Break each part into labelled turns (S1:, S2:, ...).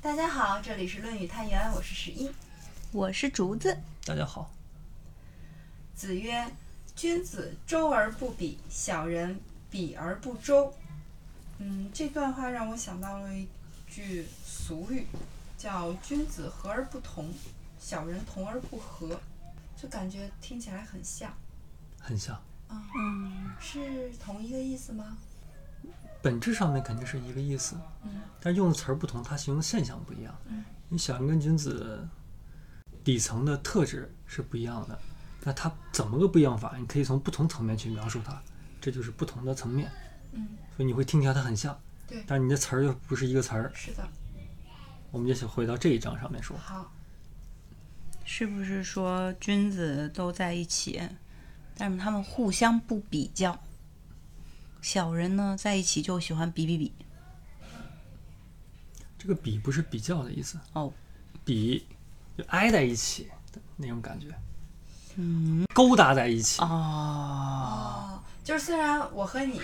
S1: 大家好，这里是《论语探源》，我是十一。
S2: 我是竹子，
S3: 大家好，
S1: 子曰：“君子周而不比，小人比而不周。”嗯，这段话让我想到了一句俗语，叫“君子和而不同，小人同而不和”，就感觉听起来很像，啊
S3: 很像，
S2: 嗯，
S1: 是同一个意思吗？
S3: 本质上面肯定是一个意思，
S1: 嗯
S3: 但用的词儿不同，它形容的现象不一样。
S1: 嗯
S3: 因为小人跟君子底层的特质是不一样的，那它怎么个不一样法？你可以从不同层面去描述它，这就是不同的层面，
S1: 嗯，
S3: 所以你会听起来它很像，
S1: 对
S3: 但是你的词儿又不是一个词儿。
S1: 是的。
S3: 我们就想回到这一章上面说，
S1: 好，
S2: 是不是说君子都在一起，但是他们互相不比较？小人呢，在一起就喜欢比比比。
S3: 这个比不是比较的意思
S2: 哦，
S3: 比就挨在一起的那种感觉，
S2: 嗯，
S3: 勾搭在一起，
S2: 哦，
S1: 哦，就是虽然我和你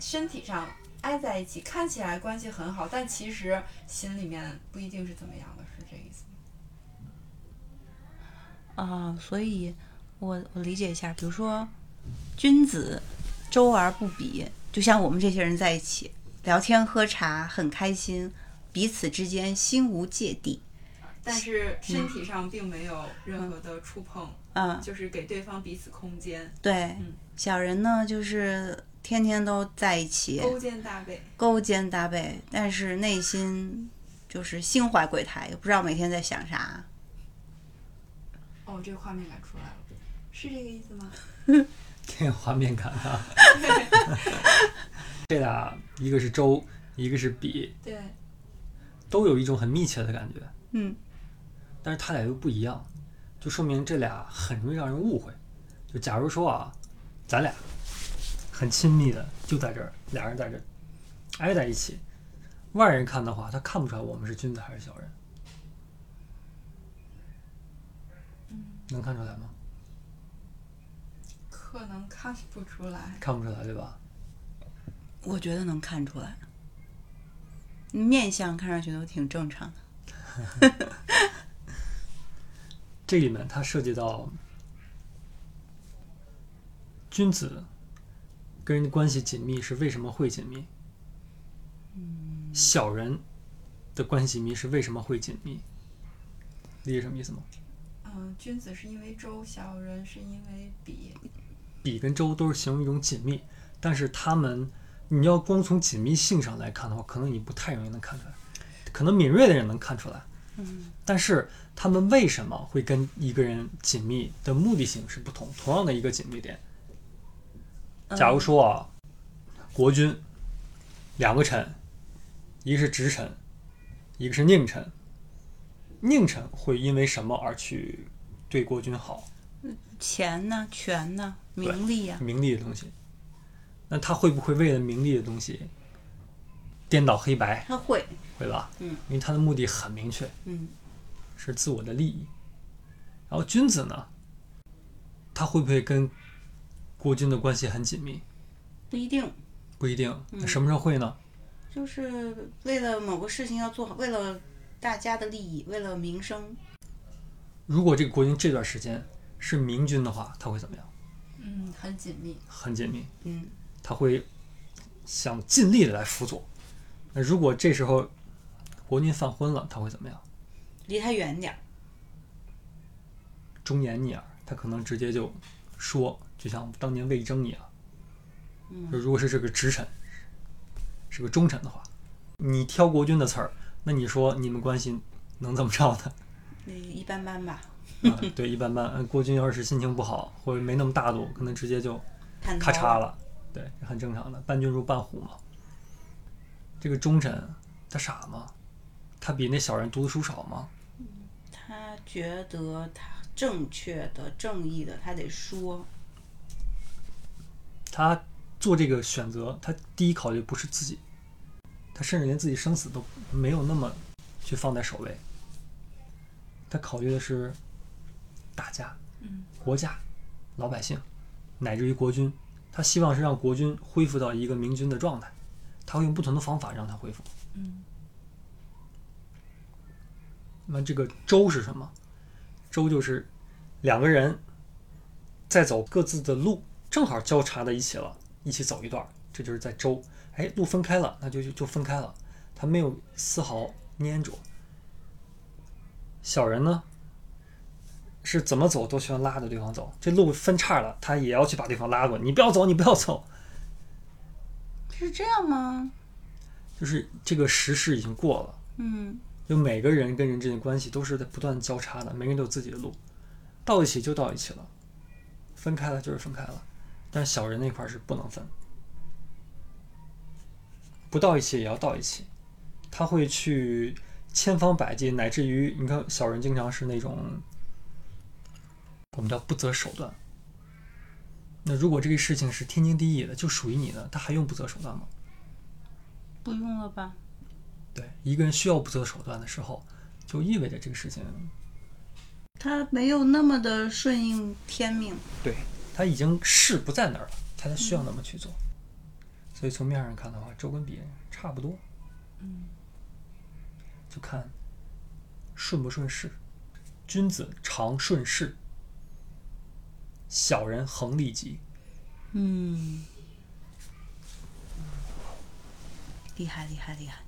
S1: 身体上挨在一起，看起来关系很好，但其实心里面不一定是怎么样的，是这意思吗？
S2: 啊，所以我我理解一下，比如说君子周而不比，就像我们这些人在一起聊天喝茶很开心，彼此之间心无芥蒂。
S1: 但是身体上并没有任何的触碰，
S2: 嗯，
S1: 就是给对方彼此空间，
S2: 对
S1: 嗯，
S2: 小人呢就是天天都在一起，
S1: 勾肩搭背。
S2: 勾肩搭背，但是内心就是心怀鬼胎，也不知道每天在想啥。
S1: 哦，这个画面感出来了，是这个意思吗？
S3: 挺有画面感的。 这俩一个是周，一个是比，
S1: 对，
S3: 都有一种很密切的感觉，
S2: 嗯，
S3: 但是它俩又不一样，就说明这俩很容易让人误会。就假如说啊，咱俩很亲密的就在这儿，俩人在这儿挨在一起，外人看的话，他看不出来我们是君子还是小人。能看出来吗？
S1: 可能看不出来。
S3: 看不出来，对吧？
S2: 我觉得能看出来，面相看上去都挺正常的。
S3: 这里面它涉及到君子跟人关系紧密是为什么会紧密，小人的关系紧密是为什么会紧密，理解什么意思吗？
S1: 嗯，君子是因为周，小人是因为比。
S3: 比跟周都是形容一种紧密，但是他们你要光从紧密性上来看的话，可能你不太容易能看出来，可能敏锐的人能看出来，
S2: 嗯，
S3: 但是他们为什么会跟一个人紧密的目的性是不同，同样的一个紧密点。
S2: 嗯
S3: 假如说啊，国君两个臣，一个是直臣，一个是佞臣。佞臣会因为什么而去对国君好？
S2: 钱呢、权呢、名利呀、
S3: 名利的东西。那他会不会为了名利的东西颠倒黑白？
S2: 他会，
S3: 会吧？
S2: 嗯，
S3: 因为他的目的很明确，
S2: 嗯，
S3: 是自我的利益。然后君子呢，他会不会跟国君的关系很紧密？
S2: 不一定，
S3: 不一定。那
S2: 嗯
S3: 什么时候会呢？
S2: 就是为了某个事情要做好，为了大家的利益，为了民生，
S3: 如果这个国君这段时间是明君的话，他会怎么样？
S1: 嗯，很紧密。
S3: 很紧密，
S2: 嗯，
S3: 他会想尽力的来辅佐。那如果这时候国君犯昏了，他会怎么样？
S2: 离他远点儿。
S3: 忠言逆耳，啊他可能直接就说，就像当年魏征一样。
S2: 嗯
S3: 就如果是这个直臣，是个忠臣的话，你挑国君的刺儿，那你说你们关系能怎么着呢？
S2: 那一般般吧，
S3: 啊对，一般般。呃国君要是心情不好，或者没那么大度，可能直接就
S2: 探
S3: 咔
S2: 头
S3: 嚓了，对，很正常的，伴君如伴虎嘛。这个忠臣他傻吗？他比那小人读的书少吗？
S2: 他觉得他正确的、正义的，他得说。
S3: 他做这个选择，他第一考虑不是自己，他甚至连自己生死都没有那么去放在首位，他考虑的是大家、
S1: 嗯
S3: 国家、老百姓，乃至于国君。他希望是让国君恢复到一个明君的状态，他会用不同的方法让他恢复。
S1: 嗯
S3: 那这个周是什么？周就是两个人在走各自的路，正好交叉在一起了，一起走一段儿，这就是在周。哎，路分开了，那就就就分开了，他没有丝毫粘着。小人呢，是怎么走都喜欢拉着对方走，这路分叉了，他也要去把对方拉过来，你不要走，你不要走，
S2: 是这样吗？
S3: 就是这个时事已经过了。
S2: 嗯，
S3: 就每个人跟人之间的关系都是在不断交叉的，每个人都有自己的路，到一起就到一起了，分开了就是分开了。但是小人那块儿是不能分，不到一起也要到一起，他会去千方百计，乃至于你看小人经常是那种我们叫不择手段。那如果这个事情是天经地义的，就属于你的，他还用不择手段吗？
S2: 不用了吧？
S3: 对，一个人需要不择手段的时候，就意味着这个事情
S2: 他没有那么的顺应天命。
S3: 对，他已经势不在那儿了，他才需要那么去做。所以从面上看的话，周跟比差不多。嗯，就看顺不顺势。君子常顺势，小人恒利己。
S2: 嗯，厉害厉害厉害！